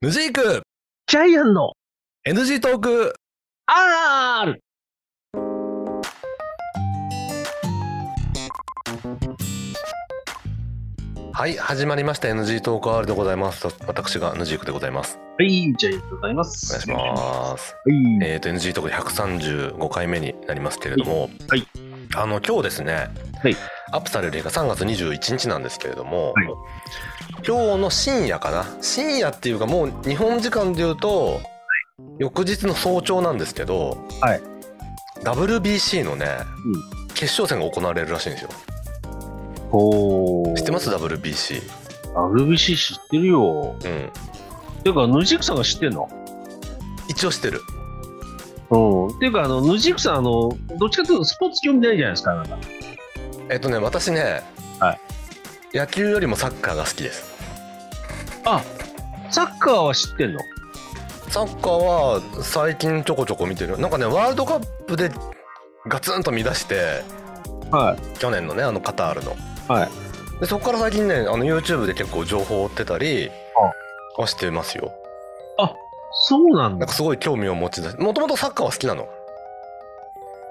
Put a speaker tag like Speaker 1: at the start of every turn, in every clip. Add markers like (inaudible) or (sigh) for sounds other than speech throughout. Speaker 1: ヌジーク
Speaker 2: ジャイアンの
Speaker 1: NG トーク
Speaker 2: R!
Speaker 1: はい始まりました NG トーク R でございます私がヌジークでございます
Speaker 2: はい、ジャイアンでございます。
Speaker 1: お願いします
Speaker 2: はい。
Speaker 1: えーと NG トーク135回目になりますけれども
Speaker 2: はい
Speaker 1: あの今日ですね
Speaker 2: はい
Speaker 1: アップされる日が3月21日なんですけれども、
Speaker 2: はい
Speaker 1: 今日の深夜かな深夜っていうかもう日本時間でいうと翌日の早朝なんですけど、
Speaker 2: はい
Speaker 1: WBC のね、決勝戦が行われるらしいんですよ
Speaker 2: おー
Speaker 1: 知ってます WBC
Speaker 2: ?WBC 知ってる
Speaker 1: う
Speaker 2: よ。
Speaker 1: ん
Speaker 2: ていうか、ヌジクさんが知ってんの
Speaker 1: 一応知ってる
Speaker 2: うん。ていうか、あの、ヌジクさん、あの、どっちかというとスポーツ興味ないじゃないですか、あなんか。
Speaker 1: えっとね私ね、
Speaker 2: はい
Speaker 1: 野球よりもサッカーが好きです
Speaker 2: サッカーは知ってんの
Speaker 1: サッカーは最近ちょこちょこ見てるなんかねワールドカップでガツンと見出して
Speaker 2: はい。
Speaker 1: 去年のねあのカタールの
Speaker 2: はい
Speaker 1: でそこから最近ねあの YouTube で結構情報を追ってたりはしてますよ
Speaker 2: そうな
Speaker 1: な
Speaker 2: んだ
Speaker 1: んか。すごい興味を持ちだしもともとサッカーは好きなの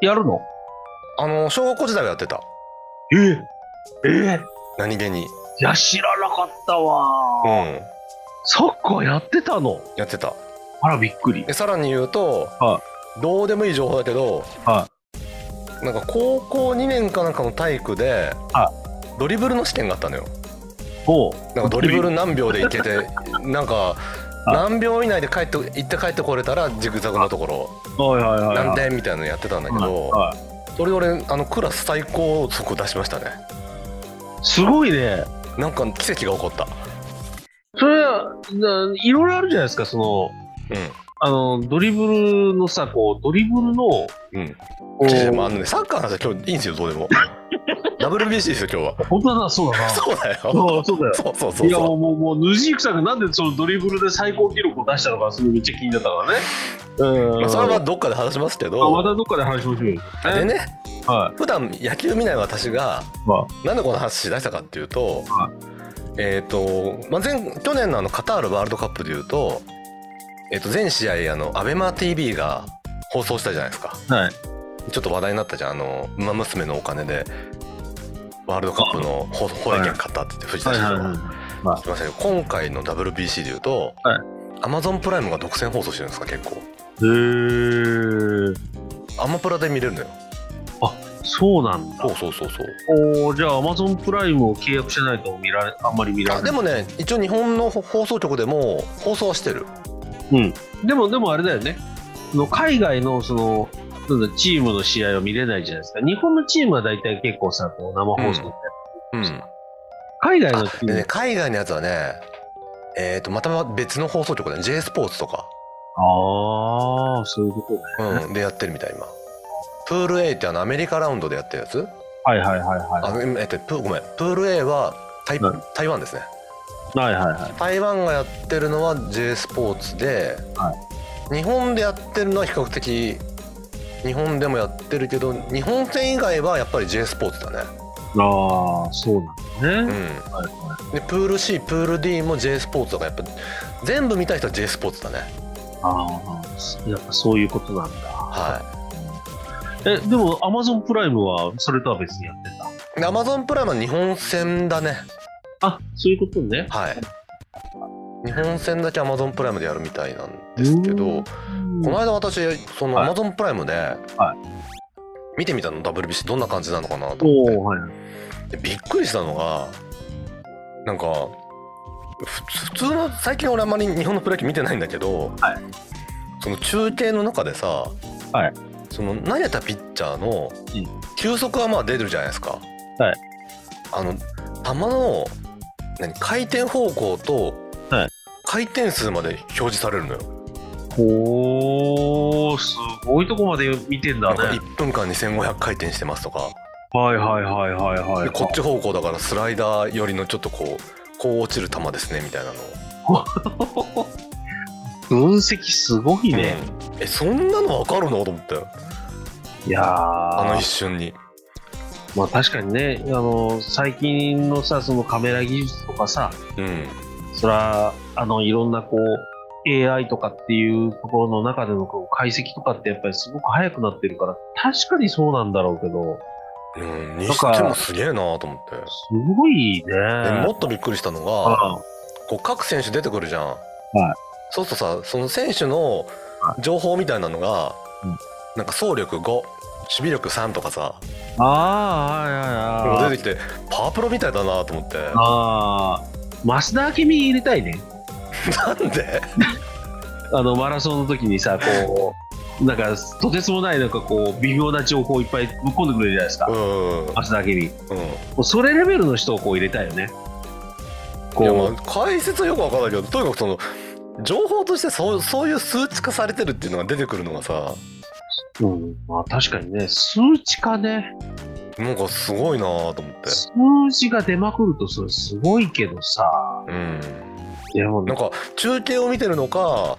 Speaker 2: やるの
Speaker 1: あの小学校時代はやってた
Speaker 2: えええ
Speaker 1: 何気に
Speaker 2: いや、知らなかったわ
Speaker 1: うん
Speaker 2: ー、サッカーやってたの
Speaker 1: やってた
Speaker 2: あら、びっくり
Speaker 1: で。さらに言うと、
Speaker 2: は
Speaker 1: どうでもいい情報だけど、
Speaker 2: は
Speaker 1: なんか高校2年かなんかの体育で、
Speaker 2: は
Speaker 1: ドリブルの試験があったのよ
Speaker 2: ほう。
Speaker 1: なんかドリブル何秒でいけてなんか何秒以内で帰って行って帰ってこれたらジグザグのところ
Speaker 2: はいはいはい、はい。
Speaker 1: 何点みたいなのやってたんだけど、
Speaker 2: はい
Speaker 1: それで俺あのクラス最高速出しましたね
Speaker 2: すごいね。
Speaker 1: なんか奇跡が起こった
Speaker 2: それは、ないろいろあるじゃないですか、その、
Speaker 1: う
Speaker 2: あの、ドリブルのさ、こう、ドリブルの、こ
Speaker 1: んうん
Speaker 2: う
Speaker 1: ちょちょまああのねサッカーの話は今日いいんですよどう
Speaker 2: (laughs)
Speaker 1: でも WBC ですよ今日は
Speaker 2: 本当だな、そうだな。
Speaker 1: そうだよ
Speaker 2: そうそうだよ。
Speaker 1: そうそうそう
Speaker 2: いやも、
Speaker 1: そう
Speaker 2: もう、もう、ヌジークさんがなんでそのドリブルで最高記録を出したのか、すごいめっちゃ気になったからね。うん。
Speaker 1: う、まあ、それはどっかで話しますけ
Speaker 2: まあま
Speaker 1: ど
Speaker 2: たどっかで話しましょうよ。
Speaker 1: で
Speaker 2: ね。
Speaker 1: ね
Speaker 2: は
Speaker 1: 普段野球見ない私が
Speaker 2: い。ま
Speaker 1: なんでこの話しだしたかっていうと、
Speaker 2: は
Speaker 1: えっ、と、まあ、前去年のあのカタールワールドカップでいうと,、えー、と全試合あのアベマ t v が放送したじゃないですか
Speaker 2: あ、はい。
Speaker 1: ちょっと話題になったじゃんあの「ウマ娘」のお金でワールドカップの放放映権買ったって言って藤田
Speaker 2: はい
Speaker 1: 氏が、
Speaker 2: はいはい。
Speaker 1: すいません今回の WBC でいうと、
Speaker 2: はい
Speaker 1: アマゾンプライムが独占放送してるんですか結構
Speaker 2: へー。
Speaker 1: アマプラで見れるのよ
Speaker 2: そうなんだ
Speaker 1: そう。そうそうそう
Speaker 2: おーじゃあ、アマゾンプライムを契約してないと見られ、あんまり見ら
Speaker 1: あ
Speaker 2: れ
Speaker 1: で
Speaker 2: ない。
Speaker 1: もね一応日本の放送局でも放送はしてる
Speaker 2: でも、でもあれだよね。その海外のそのなんだチームの試合は見れないじゃないですか。日本のチームは大体結構さ、こう生放送で、
Speaker 1: うん
Speaker 2: 海外のチ
Speaker 1: で
Speaker 2: ー
Speaker 1: ね
Speaker 2: ム。
Speaker 1: 海外のやつはねえー、とまた別の放送局だね J スポーツとか、
Speaker 2: ああ、そういうことね。
Speaker 1: うん、でやってるみたい今プール A ってあのアメリカラウンドでやってるやつ
Speaker 2: はいはいはい
Speaker 1: あ
Speaker 2: は
Speaker 1: えっとプーごめんプール A は台,、
Speaker 2: うん
Speaker 1: 台湾ですね
Speaker 2: い。はいはいはい。
Speaker 1: 台湾がやってるのは J スポーツで、
Speaker 2: は
Speaker 1: 日本でやってるのは比較的日本でもやってるけど日本戦以外はやっぱり J スポーツだね
Speaker 2: ああ、そうなん
Speaker 1: うん
Speaker 2: だね。はいは
Speaker 1: でプール C プール D も J スポーツだからやっぱ全部見たい人は J スポーツだね
Speaker 2: い。ああ、やっぱそういうことなんだ。
Speaker 1: はい
Speaker 2: え、でもアマゾンプライムはそれとは別にやってた。
Speaker 1: アマゾンプライムは日本戦だね
Speaker 2: あ、そういうことね。
Speaker 1: はい日本戦だけアマゾンプライムでやるみたいなんですけ
Speaker 2: う
Speaker 1: ど
Speaker 2: ん
Speaker 1: この間私その
Speaker 2: は
Speaker 1: ア
Speaker 2: い
Speaker 1: マゾンプライムで、
Speaker 2: は
Speaker 1: 見てみたの WBC どんな感じなのかなと
Speaker 2: おお
Speaker 1: 思っ
Speaker 2: はいはい。
Speaker 1: てでびっくりしたのがなんかふ普通の最近俺あんまり日本のプロ野球見てないんだけど、
Speaker 2: は
Speaker 1: その中継の中でさ、
Speaker 2: はい
Speaker 1: その投げたピッチャーの
Speaker 2: うん
Speaker 1: 球速はまあ出るじゃないですか。
Speaker 2: はい
Speaker 1: あの球の何回転方向と
Speaker 2: はい
Speaker 1: 回転数まで表示されるのよ。
Speaker 2: おー、すごいとこまで見てんだ
Speaker 1: なん
Speaker 2: ね。
Speaker 1: か1分間に1500回転してますとか、
Speaker 2: はいはいはいはいはい。
Speaker 1: でこっち方向だからスライダー寄りのちょっとこうこう落ちる球ですねみたいなのを。
Speaker 2: 分析すごいね。
Speaker 1: うんえそんなの分かるのと思ったよ
Speaker 2: いやー
Speaker 1: あの一瞬に。
Speaker 2: まあ確かにね、あの、最近のさ、そのカメラ技術とかさ、
Speaker 1: うん
Speaker 2: そら、あの、いろんなこう、 AI とかっていうところの中でのこう解析とかってやっぱりすごく早くなってるから、確かにそうなんだろうけど、
Speaker 1: うん、に
Speaker 2: だから
Speaker 1: してもすげえなと思って
Speaker 2: すごいね。
Speaker 1: でもっとびっくりしたのが
Speaker 2: あ
Speaker 1: こう各選手出てくるじゃん、
Speaker 2: い
Speaker 1: そうするとさその選手の情報みたいなのが、
Speaker 2: うん
Speaker 1: なんか走力5守備力3とかさ
Speaker 2: あー、はいはいはい。
Speaker 1: 出てきてパワープロみたいだなと思って
Speaker 2: ああ、増田明美入れたいね。
Speaker 1: なんで
Speaker 2: あの、マラソンの時にさ、こう、なんか、とてつもない、なんかこう、微妙な情報をいっぱいぶっ込んでくれるじゃないですか
Speaker 1: う。んうん
Speaker 2: 増田明美。もうそれレベルの人をこう入れたいよね。
Speaker 1: いやま
Speaker 2: こ
Speaker 1: あ解説はよくわからないけどとにかくその情報としてそうそういう数値化されてるっていうのが出てくるのがさ
Speaker 2: う、うん、まあ確かにね、数値化ね、
Speaker 1: なんかすごいなと思って
Speaker 2: 数字が出まくるとそれすごいけどさ、
Speaker 1: うん
Speaker 2: でも
Speaker 1: なんか中継を見てるのか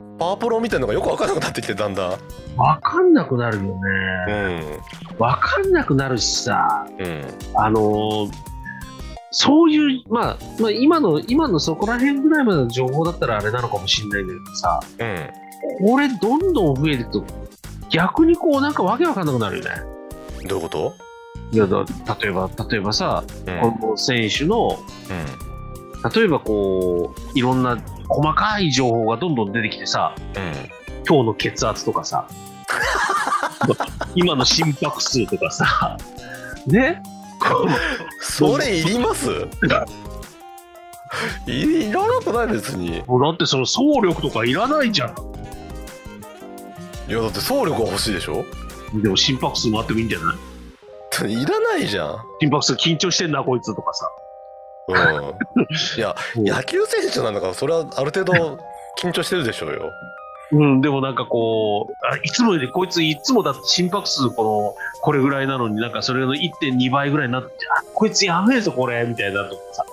Speaker 2: ん
Speaker 1: パワープロみたいなのがよくわからなくなってきてだんだん
Speaker 2: わかんなくなるよ
Speaker 1: う
Speaker 2: ね。
Speaker 1: ん
Speaker 2: わかんなくなるしさ、
Speaker 1: うん
Speaker 2: あのーそういう、まあ、まあ、今の、今のそこら辺ぐらいまでの情報だったらあれなのかもしれないんだけどさ、
Speaker 1: うん
Speaker 2: これどんどん増えると、逆にこうなんかわけわかんなくなるよね。
Speaker 1: どういうこと
Speaker 2: いやだ例えば、例えばさ、
Speaker 1: うん
Speaker 2: この選手の、
Speaker 1: う
Speaker 2: 例えばこう、いろんな細かい情報がどんどん出てきてさ、
Speaker 1: ん
Speaker 2: 今日の血圧とかさ、 (laughs) 今の心拍数とかさ、ねこの
Speaker 1: それいりますいいらなくない別に
Speaker 2: もうだってその総力とかいらないじゃ
Speaker 1: いやだって総力が欲しいでしょ
Speaker 2: ん。でも心拍数もあってもいいんじゃない
Speaker 1: いらないじゃん、
Speaker 2: 心拍数緊張してんな、こいつとかさ。
Speaker 1: うん、いや野球選手なんだからそれはある程度緊張してるでしょうよ
Speaker 2: うん、でもなんかこう、あいつもより、こいついつもだって心拍数この、これぐらいなのになんかそれの1.2倍ぐらいになって、あ、こいつやべえぞこれ、みたいなとかさ。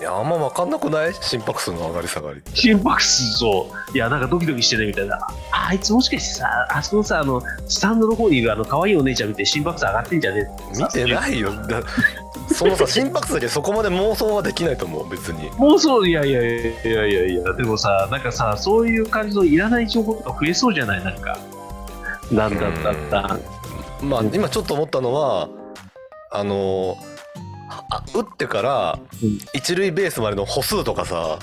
Speaker 1: いやあんま分かんなくない心拍数の上がり下がり
Speaker 2: 心拍数そういやなんかドキドキしてねみたいなああいつもしかしてさあそこのさあのスタンドの方にいるあの可愛いお姉ちゃん見て心拍数上がってんじゃねえ
Speaker 1: 見てない
Speaker 2: (laughs)
Speaker 1: よだそのさ心拍数だけそこまで妄想はできないと思う別に
Speaker 2: もうそういやいやいやいやいやいやでもさなんかさそういう感じのいらない情報とか増えそうじゃないなんかなんだったった
Speaker 1: まあ今ちょっと思ったのはあのあ打ってから
Speaker 2: うん
Speaker 1: 一塁ベースまでの歩数とかさ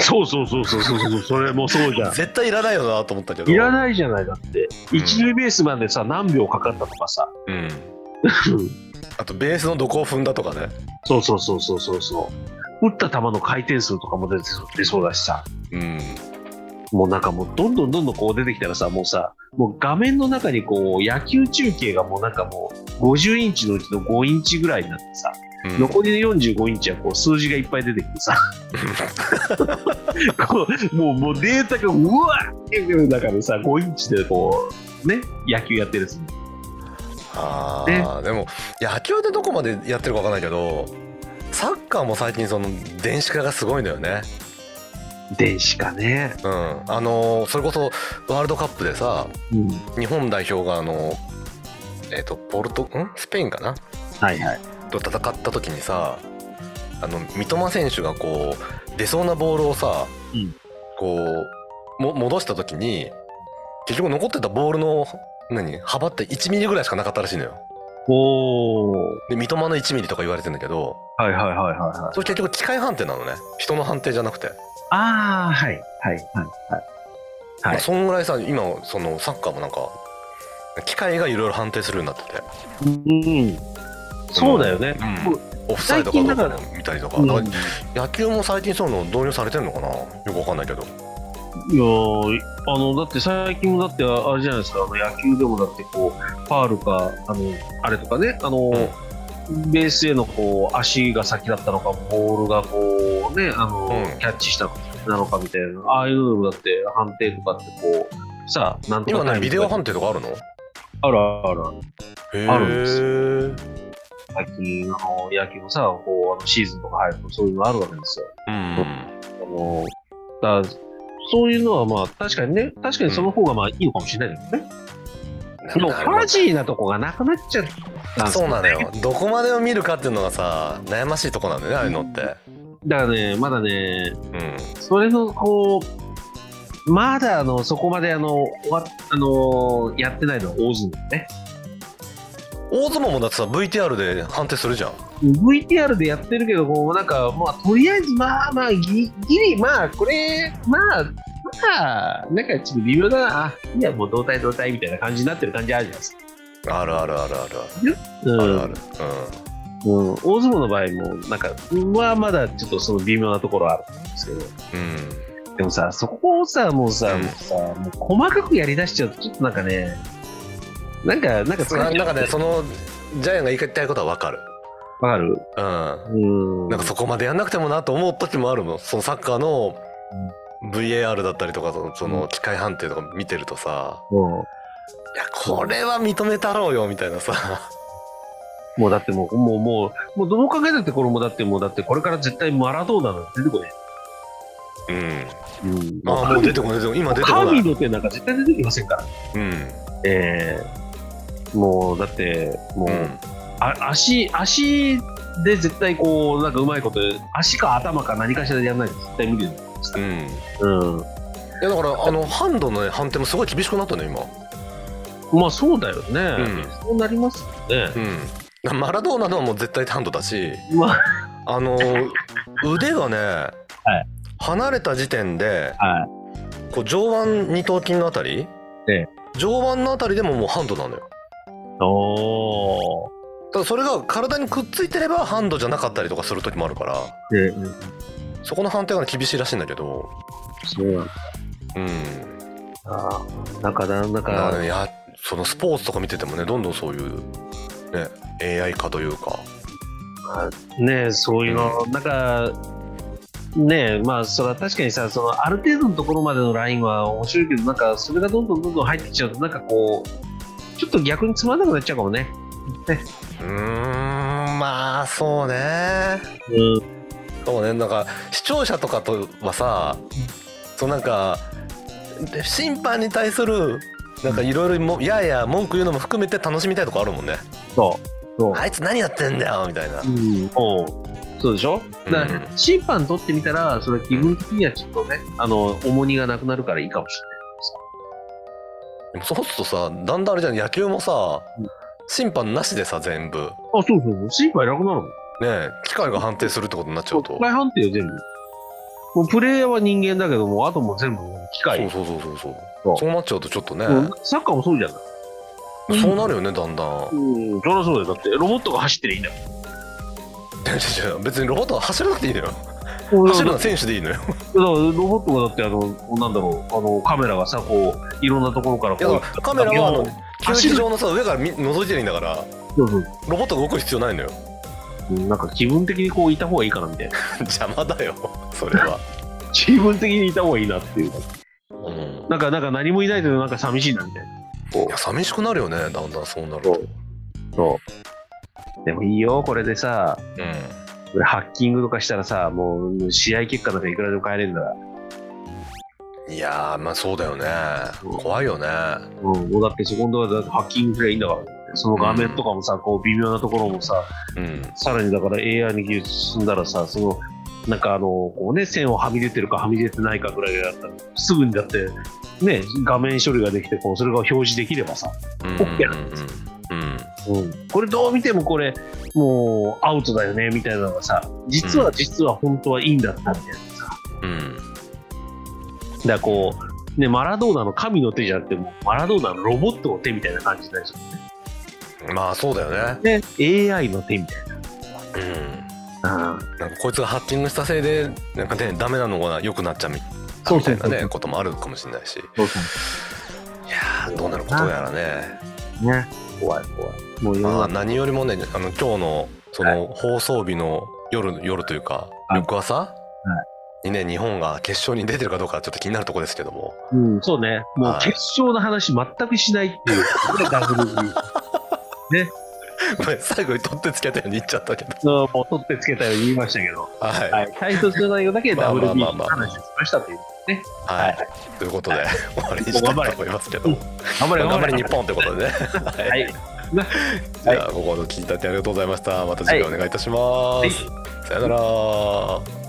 Speaker 2: そうそうそうそうそうそうそれもそうじゃん
Speaker 1: 絶対いらないよなと思ったけど
Speaker 2: いらないじゃないだって
Speaker 1: うん
Speaker 2: 一塁ベースまでさ何秒かかったとかさ
Speaker 1: うんあとベースのどこを踏んだとかね
Speaker 2: そうそうそうそうそうそう打った球の回転数とかも出てそう出そうだしさ
Speaker 1: うん
Speaker 2: もうなんかもうどんどんどんどんこう出てきたらさもうさもう画面の中にこう野球中継がもうなんかもう50インチのうちの5インチぐらいになってさ、
Speaker 1: うん
Speaker 2: 残りの45インチはこう数字がいっぱい出てきて
Speaker 1: (laughs)
Speaker 2: さこうもうもうデータがうわーってくる中でさ5インチでこうね野球やってるやつ
Speaker 1: あーでも野球でどこまでやってるか分かんないけどサッカーも最近その電子化がすごいのよね
Speaker 2: 電子かね
Speaker 1: うんあのーそれこそワールドカップでさ
Speaker 2: うん
Speaker 1: 日本代表があのえっ、とポルトんスペインかな
Speaker 2: はいはい
Speaker 1: と戦った時にさあの三笘選手がこう出そうなボールをさ、
Speaker 2: うん
Speaker 1: こうも戻した時に結局残ってたボールの何幅って1ミリぐらいしかなかったらしいのよ
Speaker 2: おー
Speaker 1: で三笘の1ミリとか言われてんだけど
Speaker 2: はいはいはいはいはい
Speaker 1: それ結局機械判定なのね人の判定じゃなくて、
Speaker 2: ああはいはいはいはいは
Speaker 1: ま
Speaker 2: い
Speaker 1: あ、そんぐらいさ今そのサッカーもなんか機械がいろいろ判定するようになってて
Speaker 2: うん、そうだよね、
Speaker 1: うんオフサイドかどうか
Speaker 2: 最
Speaker 1: も見たりとか
Speaker 2: うん
Speaker 1: だから野球も最近そういうの導入されてんのかなよくわかんないけど
Speaker 2: いやーあのだって最近もだってあれじゃないですかあの野球でもだってこうファールかあのあれとかねあの、ベースへのこう足が先だったのかボールがこうねあの、
Speaker 1: うん
Speaker 2: キャッチしたのかみたいなああいうのもだって判定とかってこうさあなんと
Speaker 1: 今
Speaker 2: か
Speaker 1: ねビデオ判
Speaker 2: 定
Speaker 1: 定とかあるの
Speaker 2: あるあるある
Speaker 1: あ
Speaker 2: るんです
Speaker 1: んです
Speaker 2: 最近あの野球もさこうあのシーズンとか入るとそういうのあるわけですよ
Speaker 1: うん
Speaker 2: あのだからそういうのはまあ確かにね確かにその方がまあいいのかもしれないけどね、でもファジーなとこがなくなっちゃったんです
Speaker 1: そうなのよどこまでを見るかっていうのがさ悩ましいとこなんだよねああいうのって
Speaker 2: だからね、まだね、
Speaker 1: うん
Speaker 2: それのこう、まだあのそこまであの終わあのやってないのは大相撲ね。
Speaker 1: 大相撲もだってさ VTR で判定するじゃん
Speaker 2: VTR でやってるけど、こうなんか、まあ、とりあえず、まあまあ、ぎギリ、まあ、これ、まあ、まあ、なんかちょっと微妙だな、あいや、もう同体同体みたいな感じになってる感じあるじゃないですか。
Speaker 1: あるあるあるある
Speaker 2: うん
Speaker 1: あるある
Speaker 2: うん、大相撲の場合も、なんか、はまだちょっとその微妙なところはあると思うんですけど。
Speaker 1: うんうん
Speaker 2: でもさ、そこをさ、もうさ、
Speaker 1: うん
Speaker 2: もうさ、もう細かくやり出しちゃうと、ちょっとなんかね、なんか、なんか
Speaker 1: そな
Speaker 2: 疲れちゃ
Speaker 1: な
Speaker 2: うん
Speaker 1: かねそのジャイアンが言いたいことは分かる
Speaker 2: わかる
Speaker 1: うん
Speaker 2: うん。
Speaker 1: なんかそこまでやんなくてもなと思う時もあるもんそのサッカーの VAR だったりとかそのそうの
Speaker 2: ん
Speaker 1: 機械判定とか見てるとさ
Speaker 2: も
Speaker 1: いやこれは認めたろうよみたいなさ
Speaker 2: う、もうだってもう、もう、もう、もうどう考えたってこれもだってもう、だってこれから絶対マラドーナなんて出てこない。
Speaker 1: うん
Speaker 2: うん
Speaker 1: ああもう出てこない出てこない今出てこない
Speaker 2: 神の手なんか絶対出てきませんから。
Speaker 1: うん
Speaker 2: ええもう、だって、もう、
Speaker 1: うん
Speaker 2: あ足、足で絶対こう、なんかうまいこと、足か頭か何かしらでやらないと絶対無理だよ。
Speaker 1: うん
Speaker 2: うん。
Speaker 1: いやだからあのハンドのね判定もすごい厳しくなったね今
Speaker 2: まあそうだよね。
Speaker 1: うん
Speaker 2: そうなりますよね。
Speaker 1: うんマラドーナのはもう絶対ハンドだし
Speaker 2: まあ、
Speaker 1: あ (laughs) の腕がね、離れた時点で
Speaker 2: は
Speaker 1: こう上腕二頭筋のあたり、
Speaker 2: え
Speaker 1: 上腕のあたりでももうハンドなのよ
Speaker 2: い。おー。
Speaker 1: ただそれが体にくっついてればハンドじゃなかったりとかする時もあるから
Speaker 2: で、
Speaker 1: そこの判定がね厳しいらしいんだけど
Speaker 2: そうなんだ。
Speaker 1: うん
Speaker 2: あーなんかな、なん
Speaker 1: だから
Speaker 2: か、
Speaker 1: ねいやそのスポーツとか見ててもねどんどんそういう、ね、AI 化というか
Speaker 2: ねそういうの、なんか、ねまあ、それは確かにさ、その、ある程度のところまでのラインは面白いけど、なんか、それがどんどんどんどん入ってきちゃうと、なんかこう、ちょっと逆につまんなくなっちゃうかもね。
Speaker 1: うーんまあそうね
Speaker 2: うん。
Speaker 1: そうねなんか視聴者とかとはさ、そうなんかで審判に対するなんかいろいろやや文句言うのも含めて楽しみたいとこあるもんね
Speaker 2: そう。そう。
Speaker 1: あいつ何やってんだよみたいな
Speaker 2: うん、そうでしょだから、
Speaker 1: う
Speaker 2: 審判取ってみたら、それ気分的にはちょっとね、あの、重荷がなくなるからいいかもし
Speaker 1: でもそうするとさだんだんあれじゃん野球もさ
Speaker 2: うん
Speaker 1: 審判なしでさ全部
Speaker 2: れない。あ、そうそうそう、審判いなくなるの
Speaker 1: ねえ機械が判定するってことになっちゃ
Speaker 2: そうう、
Speaker 1: と
Speaker 2: 機械判定よ、全部。もうプレーヤーは人間だけども、あともう全部機械。
Speaker 1: そうそうそうそうそう
Speaker 2: そ
Speaker 1: そううなっちゃうとちょっとね、
Speaker 2: もうサッカーもそうじゃない。うん
Speaker 1: そうなるよねだんだん
Speaker 2: うん、そりゃそうだよ。だって、ロボットが走ってりゃいいんだもん。
Speaker 1: 違う違う別にロボットは走らなくていいのよ走るのは選手でいいのよ
Speaker 2: だからロボットがだって、あの、なんだろう、あの、カメラがさ、こう、いろんなところから
Speaker 1: いや
Speaker 2: こ
Speaker 1: だ
Speaker 2: う
Speaker 1: からカメラはあの球
Speaker 2: 走る
Speaker 1: 技場のさ上から見覗いてりゃいいんだから
Speaker 2: そうそう
Speaker 1: ロボットが動く必要ないのよ (laughs)
Speaker 2: うんなんか気分的にこう、いた方がいいかな、みたいな。 (laughs)
Speaker 1: 邪魔だよそれは、
Speaker 2: 気分的にいた方がいいなっていう。
Speaker 1: うん、
Speaker 2: なんか、なんか何もいないけど、なんか寂しいな、みたいな。
Speaker 1: いや寂しくなるよねだんだんそうなると
Speaker 2: そうでもいいよ、これでさ、
Speaker 1: う
Speaker 2: これハッキングとかしたらさ、もう試合結果なんかいくらでも変えれるんだから。
Speaker 1: んいやーまあそうだよね
Speaker 2: うん
Speaker 1: 怖いよね
Speaker 2: うん、もうだってそこのところでハッキングすればいいんだから。その画面とかもさ、こう微妙なところもさ、
Speaker 1: うん
Speaker 2: さらにだから AI に技術進んだらさ、その、なんかあの、こうね、線をはみ出てるかはみ出てないかぐらいだったら、すぐにだって、ね、画面処理ができて、こう、それが表示できればさ、
Speaker 1: うん
Speaker 2: オッケー
Speaker 1: うんうん
Speaker 2: うん、これどう見てもこれ、もうアウトだよね、みたいなのがさ、実は
Speaker 1: うん
Speaker 2: 実は本当はいいんだったみたいなさ、
Speaker 1: うん
Speaker 2: だからこう、ね、マラドーナの神の手じゃなくて、もうマラドーナのロボットの手みたいな感じになるじ
Speaker 1: うんまあそうだよね
Speaker 2: ゃん。ね、AI の手みたい
Speaker 1: うん
Speaker 2: な。うん
Speaker 1: なんかこいつがハッキングしたせいでなんかねダメなのが良くなっちゃうみ
Speaker 2: そう
Speaker 1: み
Speaker 2: そ
Speaker 1: た
Speaker 2: う
Speaker 1: い
Speaker 2: そ
Speaker 1: な
Speaker 2: う
Speaker 1: ねこともあるかもしれないし
Speaker 2: そうそう
Speaker 1: いやーどうなることやらね
Speaker 2: ね、怖い怖い。もう世
Speaker 1: ま
Speaker 2: の
Speaker 1: あ
Speaker 2: 中、
Speaker 1: 何よりもねあの今日のその放送日の夜夜というか
Speaker 2: はい
Speaker 1: 翌朝にね日本が決勝に出てるかどうかちょっと気になるとこですけども
Speaker 2: うん、そうね、もう
Speaker 1: はい
Speaker 2: 決勝の話全くしないっていう、これ WB。
Speaker 1: ごめん最後に取ってつけたように言っちゃったけど
Speaker 2: うんもう取ってつけたように言いましたけど、
Speaker 1: はい
Speaker 2: はい、タイトルの内容だけ
Speaker 1: まあま
Speaker 2: WB
Speaker 1: あまあ
Speaker 2: の
Speaker 1: まあ
Speaker 2: 話をしましたという。
Speaker 1: はい、ということで、終わりにしたいと思いますけど
Speaker 2: うん頑張れ、
Speaker 1: 頑
Speaker 2: 頑張
Speaker 1: 張
Speaker 2: れ
Speaker 1: れ日。本ということでねはい、
Speaker 2: はい。
Speaker 1: じゃあここの聞いたってありがとうございましたまた次回お願いいたします、
Speaker 2: はい
Speaker 1: さよなら